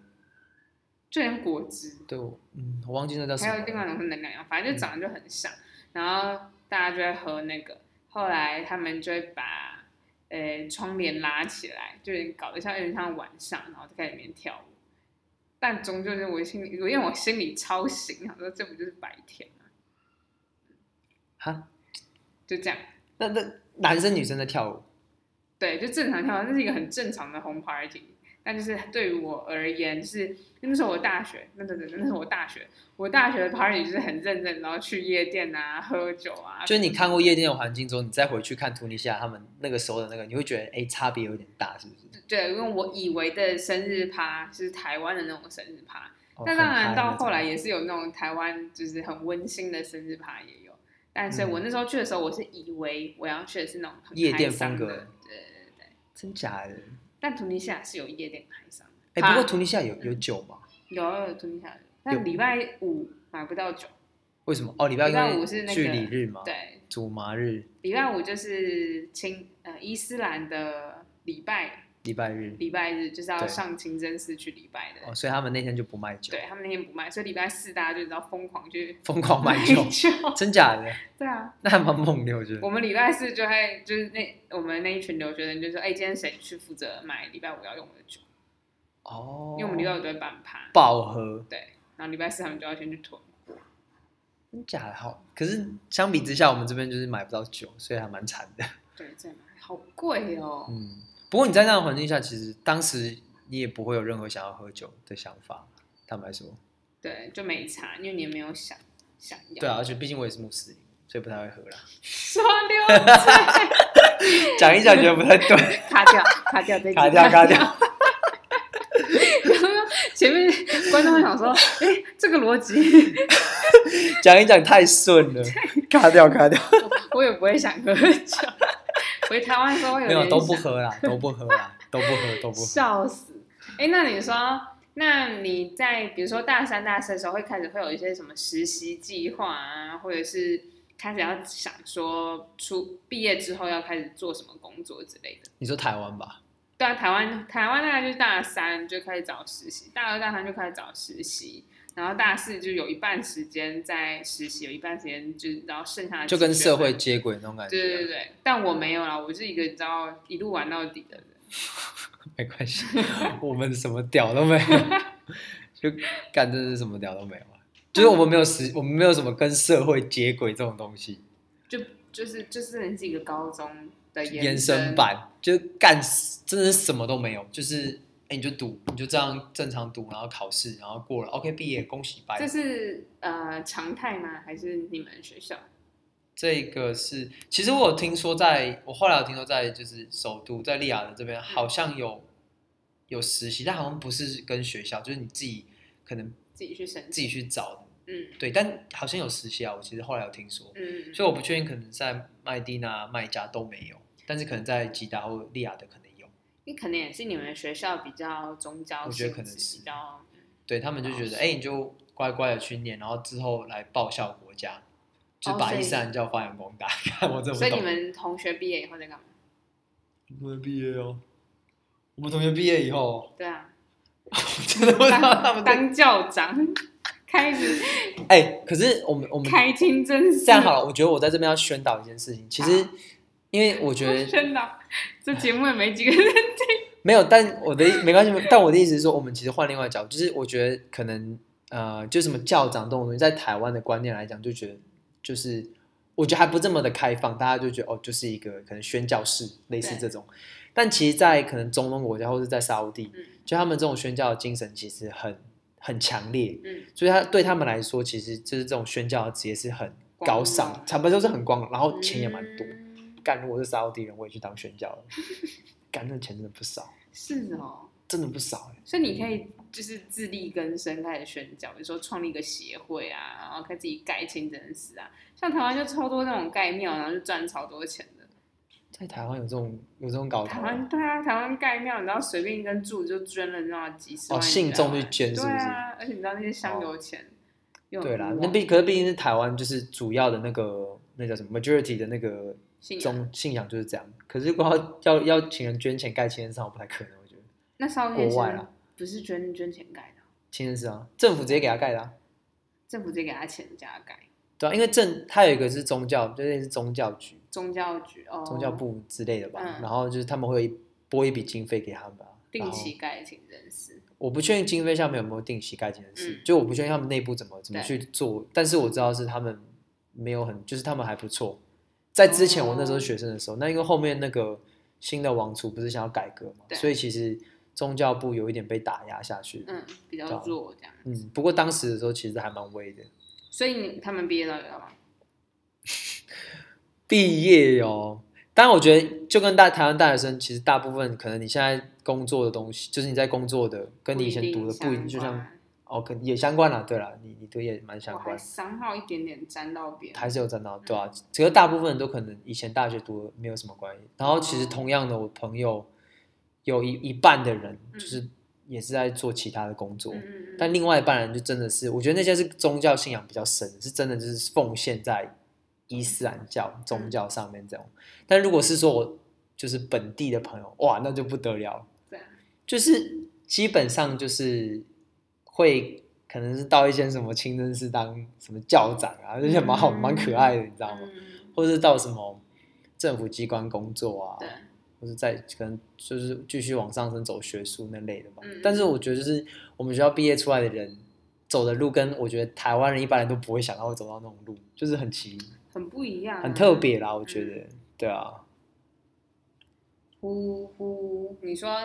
Speaker 2: 就连果汁，
Speaker 1: 对，我嗯，我忘记那叫什
Speaker 2: 还
Speaker 1: 么嗯
Speaker 2: 有另外一
Speaker 1: 了。
Speaker 2: 种是能量饮料，反正就长得就很像，然后大家就会喝那个，后来他们就会把呃窗帘拉起来，就有点搞得像有点像晚上，然后就在里面跳舞。但终究是我心里，我因为我心里超醒，想说这不就是白天吗？
Speaker 1: 哈，
Speaker 2: 就这样，
Speaker 1: 那那男生女生在跳舞，
Speaker 2: 对，就正常跳，那是一个很正常的 home party。但就是对于我而言，就是因为那时候我大学，那等等，那是我大学，我大学的 party 就是很认真，然后去夜店啊、喝酒啊，
Speaker 1: 就是你看过夜店的环境之后，你再回去看图尼西亚他们那个时候的那个，你会觉得哎，差别有点大，是不是？
Speaker 2: 对，因为我以为的生日趴是台湾的那种生日趴，
Speaker 1: 哦
Speaker 2: 但当然到后来，
Speaker 1: 很嗨那种
Speaker 2: 也是有那种台湾就是很温馨的生日趴也有。但是我那时候去的时候，我是以为我要去的是那种
Speaker 1: 嗯
Speaker 2: 很
Speaker 1: 夜店
Speaker 2: 嗨桑
Speaker 1: 风格
Speaker 2: 的，对对对。
Speaker 1: 真假的？
Speaker 2: 但突尼西亚是有夜店开商的，
Speaker 1: 哎，
Speaker 2: 啊
Speaker 1: 不过图尼西亚有有酒吗？
Speaker 2: 有有突尼西亚有，但礼拜五买不到酒，
Speaker 1: 为什么？哦，礼拜
Speaker 2: 礼拜
Speaker 1: 因为
Speaker 2: 五是那个
Speaker 1: 距离日嘛，，
Speaker 2: 对，
Speaker 1: 祖麻日、
Speaker 2: 礼拜五就是清呃伊斯兰的礼拜
Speaker 1: 礼拜日，
Speaker 2: 礼拜日，就是要
Speaker 1: 对
Speaker 2: 上清真寺去礼拜的
Speaker 1: 哦，，所以他们那天就不卖酒，
Speaker 2: 对他们那天不卖，所以礼拜四大家就知道疯狂去，
Speaker 1: 疯狂卖酒
Speaker 2: [laughs] 酒，
Speaker 1: 真假的？ [laughs]
Speaker 2: 对啊，
Speaker 1: 那还蛮猛的，我觉得。
Speaker 2: 我们礼拜四就会就是那我们那一群留学生就说，哎、今天谁去负责买礼拜五要用的酒？
Speaker 1: 哦，
Speaker 2: 因为我们礼拜五都会办趴，
Speaker 1: 饱和，
Speaker 2: 然后礼拜四他们就要先去囤。
Speaker 1: 真假的好。可是相比之下，我们这边就是买不到酒，所以还蛮惨的。
Speaker 2: 对，这样好贵哦、
Speaker 1: 嗯，不过你在那样的环境下，其实当时你也不会有任何想要喝酒的想法。坦白说，
Speaker 2: 对，就没差，因为你也没有想想要。
Speaker 1: 对啊，，而且毕竟我也是穆斯林，所以不太会喝啦。
Speaker 2: 说溜嘴，
Speaker 1: 讲一讲觉得不太对，
Speaker 2: 卡
Speaker 1: [laughs]
Speaker 2: 掉，卡掉，这一集
Speaker 1: 卡掉
Speaker 2: [laughs]
Speaker 1: 卡掉。
Speaker 2: 然后前面观众会想说， [laughs] 哎、这个逻辑 [laughs]
Speaker 1: 讲一讲太顺了，卡掉卡掉。
Speaker 2: 我我也不会想喝酒。回台湾的时候会
Speaker 1: [laughs]
Speaker 2: 有
Speaker 1: 没有
Speaker 2: 点
Speaker 1: 都不
Speaker 2: 想
Speaker 1: 喝啦，都不喝啦，都不喝都不喝。
Speaker 2: 笑死！哎、那你说，那你在比如说大三、大四的时候，会开始会有一些什么实习计划啊，或者是开始要想说出毕业之后要开始做什么工作之类的？
Speaker 1: 你说台湾吧，
Speaker 2: 对啊，台湾台湾大概就是大三就开始找实习，大二大三就开始找实习，然后大四就有一半时间在实习，有一半时间就是然后剩下的
Speaker 1: 就跟
Speaker 2: 自学
Speaker 1: 社会嗯接轨那种感觉。
Speaker 2: 对对对对，但我没有啦，我是一个你知道一路玩到底的人。
Speaker 1: 没关系， [laughs] 我们什么屌都没有， [laughs] 就干真的是什么屌都没有啊，就是我们没有实，我们没有什么跟社会接轨这种东西，
Speaker 2: 就就是就是你是一个高中的
Speaker 1: 延
Speaker 2: 伸
Speaker 1: 伸，版，就是干真的是什么都没有，就是哎、你就读，你就这样正常读，然后考试，然后过了，OK 毕业，恭喜拜
Speaker 2: 这。是呃常态吗？还是你们学校？
Speaker 1: 这个是，其实我有听说在，我后来有听说在就是首都在利雅得这边好像有有实习，但好像不是跟学校，就是你自己可能
Speaker 2: 自己去申
Speaker 1: 自
Speaker 2: 请？
Speaker 1: 己去找的。
Speaker 2: 嗯
Speaker 1: 对，但好像有实习啊，我其实后来有听说，
Speaker 2: 嗯，
Speaker 1: 所以我不确定，可能在麦地那、麦加都没有，但是可能在吉达或利亚的可能有。
Speaker 2: 你可能也是你们学校比较宗教
Speaker 1: 我觉
Speaker 2: 性质，
Speaker 1: 得可能是
Speaker 2: 比较
Speaker 1: 对他们就觉
Speaker 2: 哦
Speaker 1: 得，哎、你就乖乖的去念，然后之后来报效国家，就
Speaker 2: 哦
Speaker 1: 把
Speaker 2: 所以
Speaker 1: 伊斯兰教发扬光大。看我这么
Speaker 2: 所以你
Speaker 1: 懂。
Speaker 2: 们同学毕业以后在干嘛？
Speaker 1: 我们毕业哦，我们同学毕业以后， [laughs]
Speaker 2: 对啊，
Speaker 1: 我真的不知道他 [laughs]
Speaker 2: 当
Speaker 1: 们在。
Speaker 2: 当校长， [laughs] 开始
Speaker 1: 哎、可是我们我们
Speaker 2: 开清真寺，
Speaker 1: 嗯这样好了，我觉得我在这边要宣导一件事情，其实
Speaker 2: 好。
Speaker 1: 因为我觉得
Speaker 2: 真的，这节目也没几个人。
Speaker 1: 没
Speaker 2: 嗯
Speaker 1: 有，但我的意没关系。但我的意思是说，我们其实换另外一个角度，就是我觉得可能呃，就什么教长这种东西，在台湾的观念来讲，就觉得就是我觉得还不这么的开放，大家就觉得哦，就是一个可能宣教士类似
Speaker 2: 对
Speaker 1: 这种。但其实，在可能中东国家或是在沙烏地，
Speaker 2: 嗯
Speaker 1: 就他们这种宣教的精神其实很很强烈，
Speaker 2: 嗯，
Speaker 1: 所以他对他们来说，其实就是这种宣教的职业是很
Speaker 2: 光
Speaker 1: 高
Speaker 2: 荣啊
Speaker 1: 尚，坦白说是很光荣，然后 [laughs] 钱也蛮多。
Speaker 2: 嗯
Speaker 1: 干，如果是沙特人，我也去当宣教了。 [laughs] 干，那钱真的不少，
Speaker 2: 是哦，
Speaker 1: 真的不少哎、
Speaker 2: 所以你可以就是自力更生，开始宣教，比如说创立一个协会啊，然后开始自己盖清真寺啊，像台湾就超多那种盖庙，然后就赚超多钱的。
Speaker 1: 在台湾有这种有这种搞头
Speaker 2: 台
Speaker 1: 吗，
Speaker 2: 湾对啊，台湾盖庙，你知道随便一根柱就捐了那种几十万、
Speaker 1: 哦
Speaker 2: 啊
Speaker 1: 信众去捐是不是哦
Speaker 2: 对啊，而且你知道那些香油钱，又很
Speaker 1: 对啦
Speaker 2: 多，
Speaker 1: 那毕可是毕竟是台湾，就是主要的那个那叫什么 majority 的那个
Speaker 2: 信仰
Speaker 1: 宗信仰就是这样。可是如果要要要请人捐钱盖清真寺，好像不太可能，我觉得
Speaker 2: 那烧夜
Speaker 1: 国外啦
Speaker 2: 生不是捐捐钱盖的，
Speaker 1: 清真寺啊，政府直接给他盖的、啊。
Speaker 2: 政府直接给他钱加盖，
Speaker 1: 对啊，因为政它有一个是宗教，就类似宗教局、
Speaker 2: 宗教局哦，
Speaker 1: 宗教部之类的吧。
Speaker 2: 嗯
Speaker 1: 然后就是他们会有一拨一笔经费给他们吧。
Speaker 2: 定
Speaker 1: 然后
Speaker 2: 期盖清真寺，
Speaker 1: 我不确定经费上面有没有定期盖这件事，
Speaker 2: 嗯
Speaker 1: 就我不确定他们内部怎么怎么
Speaker 2: 对
Speaker 1: 去做，但是我知道是他们没有很，就是他们还不错。在之前
Speaker 2: 哦
Speaker 1: 我那时候学生的时候，那因为后面那个新的王储不是想要改革嘛，
Speaker 2: 对
Speaker 1: 所以其实宗教部有一点被打压下去。
Speaker 2: 嗯，比较
Speaker 1: 对啊
Speaker 2: 弱这样，
Speaker 1: 嗯不过当时的时候其实还蛮威的。
Speaker 2: 所以你他们毕业到底干嘛？
Speaker 1: 毕业哦，当然我觉得就跟大台湾大学生，其实大部分可能你现在工作的东西，就是你在工作的跟你以前读的不一定，就像哦，可也相关啦，对啦，你你的也蛮相
Speaker 2: 我
Speaker 1: 关
Speaker 2: 还。三号一点点沾到边，
Speaker 1: 还是有沾到，对啊，只是大部分人都可能以前大学读的没有什么关系。然后其实同样的，我朋友有一一半的人
Speaker 2: 嗯
Speaker 1: 就是也是在做其他的工作，
Speaker 2: 嗯嗯嗯
Speaker 1: 但另外一半人就真的是，我觉得那些是宗教信仰比较深，是真的就是奉献在伊斯兰
Speaker 2: 嗯
Speaker 1: 教宗教上面这种。但如果是说我就是本地的朋友，哇，那就不得了，
Speaker 2: 对啊
Speaker 1: 就是基本上就是会可能是到一些什么清真寺当什么教长啊，这些蛮好
Speaker 2: 嗯
Speaker 1: 蛮可爱的，你知道吗？
Speaker 2: 嗯，
Speaker 1: 或者是到什么政府机关工作啊，
Speaker 2: 对，
Speaker 1: 或者在可能就是继续往上升走学术那类的吧。
Speaker 2: 嗯
Speaker 1: 但是我觉得就是我们学校毕业出来的人走的路，跟我觉得台湾人一般人都不会想到会走到那种路，就是很奇
Speaker 2: 很不一样，啊
Speaker 1: 很特。别啦，我觉
Speaker 2: 嗯
Speaker 1: 得，对啊。
Speaker 2: 呼呼，你说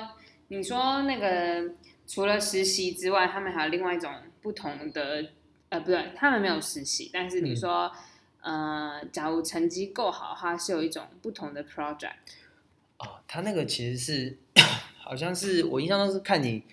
Speaker 2: 你说那个除了实习之外，他们还有另外一种不同的，呃，不对，他们没有实习，但是你
Speaker 1: 嗯
Speaker 2: 说，呃，假如成绩够好的话，是有一种不同的 project，
Speaker 1: 啊，他那个其实是好像是我印象中是看你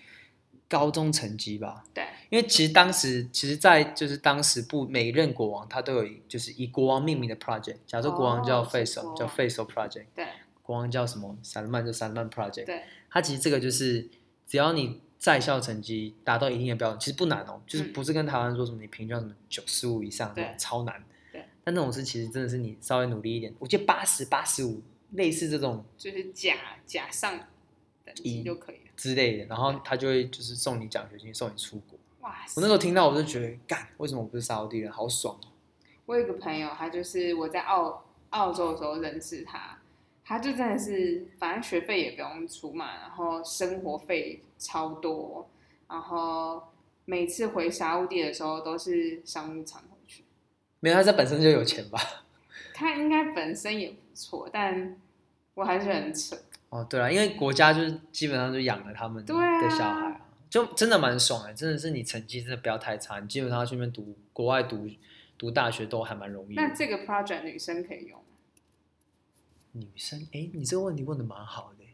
Speaker 1: 高中成绩吧，
Speaker 2: 对，
Speaker 1: 因为其实当时其实，在就是当时不每一任国王他都有一就是以国王命名的 project，假如说国王叫
Speaker 2: 哦是
Speaker 1: Faisal、
Speaker 2: 国
Speaker 1: 叫
Speaker 2: 王
Speaker 1: Faisal project，
Speaker 2: 对
Speaker 1: 国王叫什么萨勒曼就萨勒曼 project，
Speaker 2: 对，
Speaker 1: 它其实这个就是只要你在校成绩达到一定的标准，其实不难哦，就是
Speaker 2: 嗯
Speaker 1: 不是跟台湾说什么你平均要什么九十五以上那种
Speaker 2: 对
Speaker 1: 超难，
Speaker 2: 对，
Speaker 1: 但那种是其实真的是你稍微努力一点，我记得八十八十五类似这种
Speaker 2: 就是假假上等级
Speaker 1: 一
Speaker 2: 就可以了。
Speaker 1: 之类的，然后他就会就是送你奖学金，送你出国。
Speaker 2: 哇
Speaker 1: 我
Speaker 2: 塞！
Speaker 1: 那时候听到我就觉得，干，为什么我不是沙特人？好爽哦！
Speaker 2: 我有一个朋友，他就是我在澳澳洲的时候认识他，他就真的是反正学费也不用出嘛，然后生活费超多，然后每次回沙乌地的时候都是商务舱回去。
Speaker 1: 没有，他这本身就有钱吧？
Speaker 2: 他应该本身也不错，但我还是很扯。
Speaker 1: 哦，对了，因为国家就是基本上就养了他们
Speaker 2: 对啊
Speaker 1: 的小孩啊、就真的蛮爽的。真的是你成绩真的不要太差，你基本上要去那边读国外读读大学都还蛮容易的
Speaker 2: 那这个 project 女生可以用吗，
Speaker 1: 女生，哎，你这个问题问的蛮好的。欸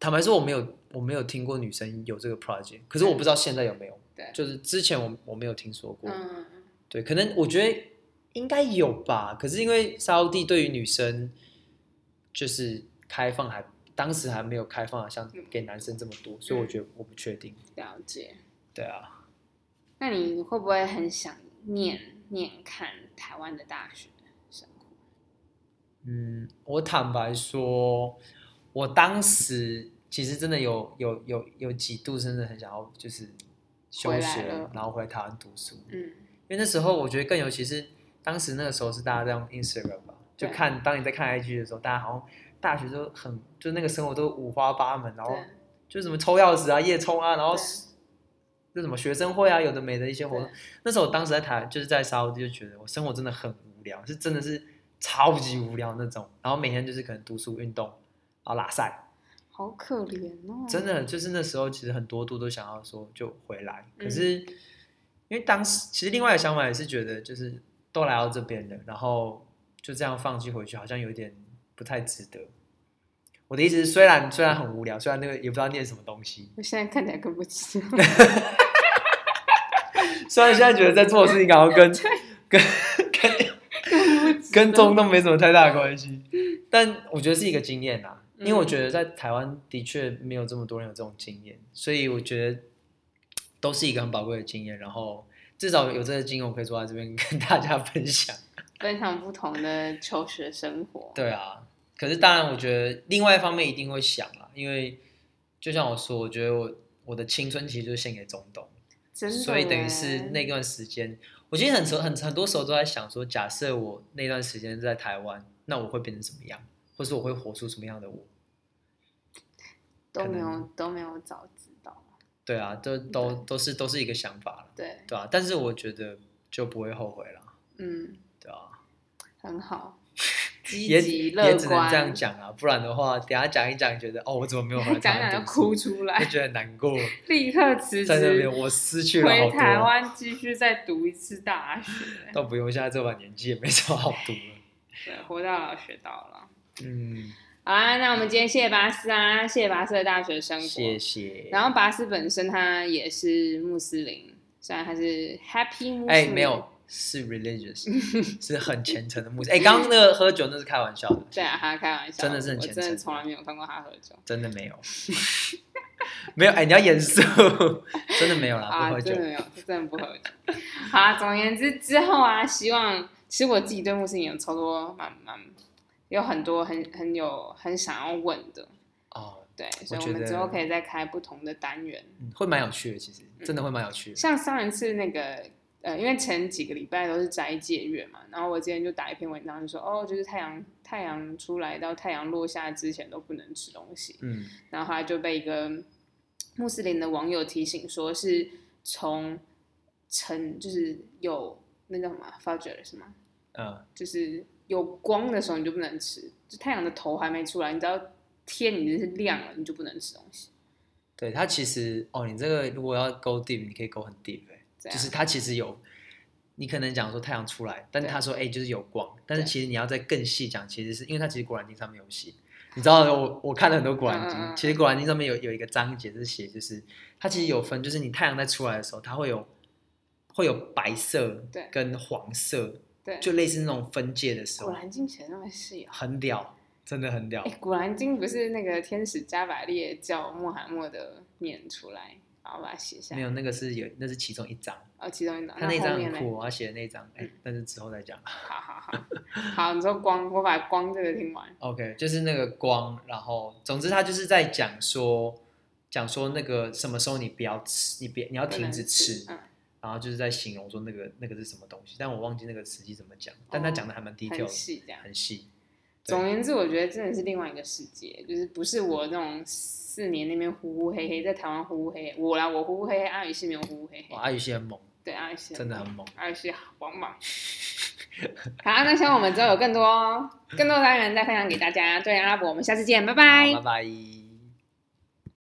Speaker 1: 坦白说，我没有我没有听过女生有这个 project，可是我不知道现在有没有。
Speaker 2: 对
Speaker 1: 就是之前我我没有听说过。
Speaker 2: 嗯，嗯
Speaker 1: 对，可能我觉得应该有吧。可是因为沙烏地对于女生就是开放还，当时还没有开放，像给男生这么多，所以我觉得我不确定。
Speaker 2: 嗯了解。
Speaker 1: 对啊，
Speaker 2: 那你会不会很想念念看台湾的大学生活？
Speaker 1: 嗯，我坦白说，我当时其实真的有有有有几度真的很想要就是休
Speaker 2: 回来
Speaker 1: 学
Speaker 2: 了，
Speaker 1: 然后回来台湾读书，
Speaker 2: 嗯，
Speaker 1: 因为那时候我觉得更尤其是当时那个时候是大家在用 Instagram 吧，就
Speaker 2: 对
Speaker 1: 看当你在看 IG 的时候，大家好像大学都很就那个生活都五花八门，然后
Speaker 2: 对。
Speaker 1: 就什么抽钥匙啊、夜冲啊，然后
Speaker 2: 对
Speaker 1: 那什么学生会啊，有的没的一些活动
Speaker 2: 对。
Speaker 1: 那时候我当时在台，就是在沙乌地就觉得我生活真的很无聊，是真的是超级无聊那种。然后每天就是可能读书、运动，然后拉赛，
Speaker 2: 好可怜哦，
Speaker 1: 真的就是那时候，其实很多度都想要说就回来，可是因为当时其实另外的想法也是觉得，就是都来到这边了，然后就这样放弃回去，好像有点不太值得。我的意思是，虽然虽然很无聊，虽然那个也不知道念什么东西，
Speaker 2: 我现在看起来更
Speaker 1: [laughs]
Speaker 2: 不值得。
Speaker 1: 虽然现在觉得在做的事情，然后跟跟跟跟中东没什么太大的关系， [laughs] 但我觉得是一个经验啊。因为我觉得在台湾的确没有这么多人有这种经验，所以我觉得都是一个很宝贵的经验。然后至少有这个经验，我可以坐在这边跟大家分享。 [laughs]
Speaker 2: 分享不同的求学生活。
Speaker 1: 对啊，可是当然，我觉得另外一方面一定会想啊，因为就像我说，我觉得我我的青春其实就是献给中东，
Speaker 2: 真的耶，
Speaker 1: 所以等于是那段时间，我其实很时候很很多时候都在想说，假设我那段时间在台湾，那我会变成什么样，或是我会活出什么样的我？
Speaker 2: 都
Speaker 1: 可
Speaker 2: 没有
Speaker 1: 能
Speaker 2: 都没有早知道。
Speaker 1: 对啊，都都
Speaker 2: 嗯对
Speaker 1: 都是都是一个想法了，
Speaker 2: 对，
Speaker 1: 对啊，但是我觉得就不会后悔了，
Speaker 2: 嗯，
Speaker 1: 对啊，
Speaker 2: 很好，积
Speaker 1: 也
Speaker 2: 极乐
Speaker 1: 也只能
Speaker 2: 观。
Speaker 1: 这样讲啊，不然的话，等一下讲一讲，觉得哦，我怎么没有回来
Speaker 2: 讲
Speaker 1: 台湾
Speaker 2: 讲
Speaker 1: 读
Speaker 2: 就
Speaker 1: 书
Speaker 2: 哭出来
Speaker 1: [laughs] 就，觉得难过，
Speaker 2: 立刻辞
Speaker 1: 在那边
Speaker 2: 职，
Speaker 1: 我失去了好
Speaker 2: 回台
Speaker 1: 多，
Speaker 2: 湾继续再读一次大学。
Speaker 1: 倒不用现在这把年纪也没什么好读了，
Speaker 2: 对，活到老学到老。
Speaker 1: 嗯，
Speaker 2: 好啦，那我们今天谢谢拔斯啊，谢谢拔斯的大学生活。
Speaker 1: 谢谢。
Speaker 2: 然后拔斯本身他也是穆斯林，虽然他是 Happy Muslim，
Speaker 1: 哎，没有，是 religious，是
Speaker 2: [laughs]
Speaker 1: 很虔诚的牧师。哎，刚刚那个喝酒那是开玩笑的，
Speaker 2: 对啊，他开玩笑，
Speaker 1: 真的是很
Speaker 2: 我
Speaker 1: 虔
Speaker 2: 真的
Speaker 1: 诚
Speaker 2: 从来没有看过他喝酒
Speaker 1: 真的没有， [laughs] 没有哎，你要严肃，真的没有啦，
Speaker 2: 啊，
Speaker 1: 不喝酒
Speaker 2: 真的。没有，他真的不喝酒。 [laughs] 好啊，总而言之之后啊，希望其实我自己对穆斯林有超多蛮蛮有很多很很有很想要问的，
Speaker 1: 哦，
Speaker 2: 对，所以
Speaker 1: 我
Speaker 2: 我
Speaker 1: 觉
Speaker 2: 们
Speaker 1: 得
Speaker 2: 之后可以再开不同的单元，
Speaker 1: 嗯会蛮有趣的，其实真的会蛮有趣的。
Speaker 2: 嗯像上一次那个。呃，因为前几个礼拜都是斋戒月嘛，然后我之前就打一篇文章，就说哦，就是太阳太阳出来到太阳落下之前都不能吃东西，
Speaker 1: 嗯，
Speaker 2: 然后后来就被一个穆斯林的网友提醒，说是从晨就是有那叫什么 fajr 是吗？
Speaker 1: 呃，
Speaker 2: 就是有光的时候你就不能吃，就太阳的头还没出来，你只要天已经是亮了，你就不能吃东西。
Speaker 1: 对，它其实哦，你这个如果要 go deep，你可以 go 很 deep，欸
Speaker 2: 这样
Speaker 1: 就是它其实有，你可能讲说太阳出来，但是
Speaker 2: 对
Speaker 1: 他说哎、就是有光，但是
Speaker 2: 对
Speaker 1: 其实你要再更细讲，其实是因为它其实《古兰经》上面有写，你知道我我看了很多《古兰经
Speaker 2: 嗯嗯嗯》，
Speaker 1: 其实《古兰经》上面有有一个章节是写，就是它其实有分，就是你太阳在出来的时候，它会有会有白色
Speaker 2: 对
Speaker 1: 跟黄色，
Speaker 2: 对，
Speaker 1: 就类似那种分界的时
Speaker 2: 古
Speaker 1: 候，
Speaker 2: 兰经写的那么细哦。
Speaker 1: 很屌，真的很屌
Speaker 2: 哎，，古兰经不是那个天使加百列叫穆罕默德念出来，然后把它写下
Speaker 1: 没
Speaker 2: 来。
Speaker 1: 有那个是有那是其中一章。
Speaker 2: 哦，其中一张，
Speaker 1: 他那
Speaker 2: 后
Speaker 1: 张
Speaker 2: 面
Speaker 1: 很
Speaker 2: 呢？嗯
Speaker 1: 酷哦，他写的那张，哎、但是之后再讲。
Speaker 2: 好好好，好，你说光，我把光这个听完。
Speaker 1: OK，就是那个光，然后总之他就是在讲说，讲说那个什么时候你不要吃，你别你要
Speaker 2: 不
Speaker 1: 停
Speaker 2: 能
Speaker 1: 止
Speaker 2: 吃
Speaker 1: 吃，
Speaker 2: 嗯
Speaker 1: 然后就是在形容说那个那个是什么东西，但我忘记那个实际怎么讲，但他讲的还蛮 detail，
Speaker 2: 哦很
Speaker 1: 的
Speaker 2: 细这样。
Speaker 1: 很细。对
Speaker 2: 总而言之，我觉得真的是另外一个世界，就是不是我那种四年那边呼呼嘿嘿，在台湾呼呼嘿嘿，我啦，我呼呼嘿嘿，阿语系没有呼呼嘿嘿
Speaker 1: 哇，，阿语系很猛，
Speaker 2: 对，阿语系
Speaker 1: 真的很啊猛。
Speaker 2: 阿语系王莽。好，那希望我们之后有更多更多单元再分享给大家。对，阿拉伯，我们下次见，拜拜
Speaker 1: 好，拜。拜。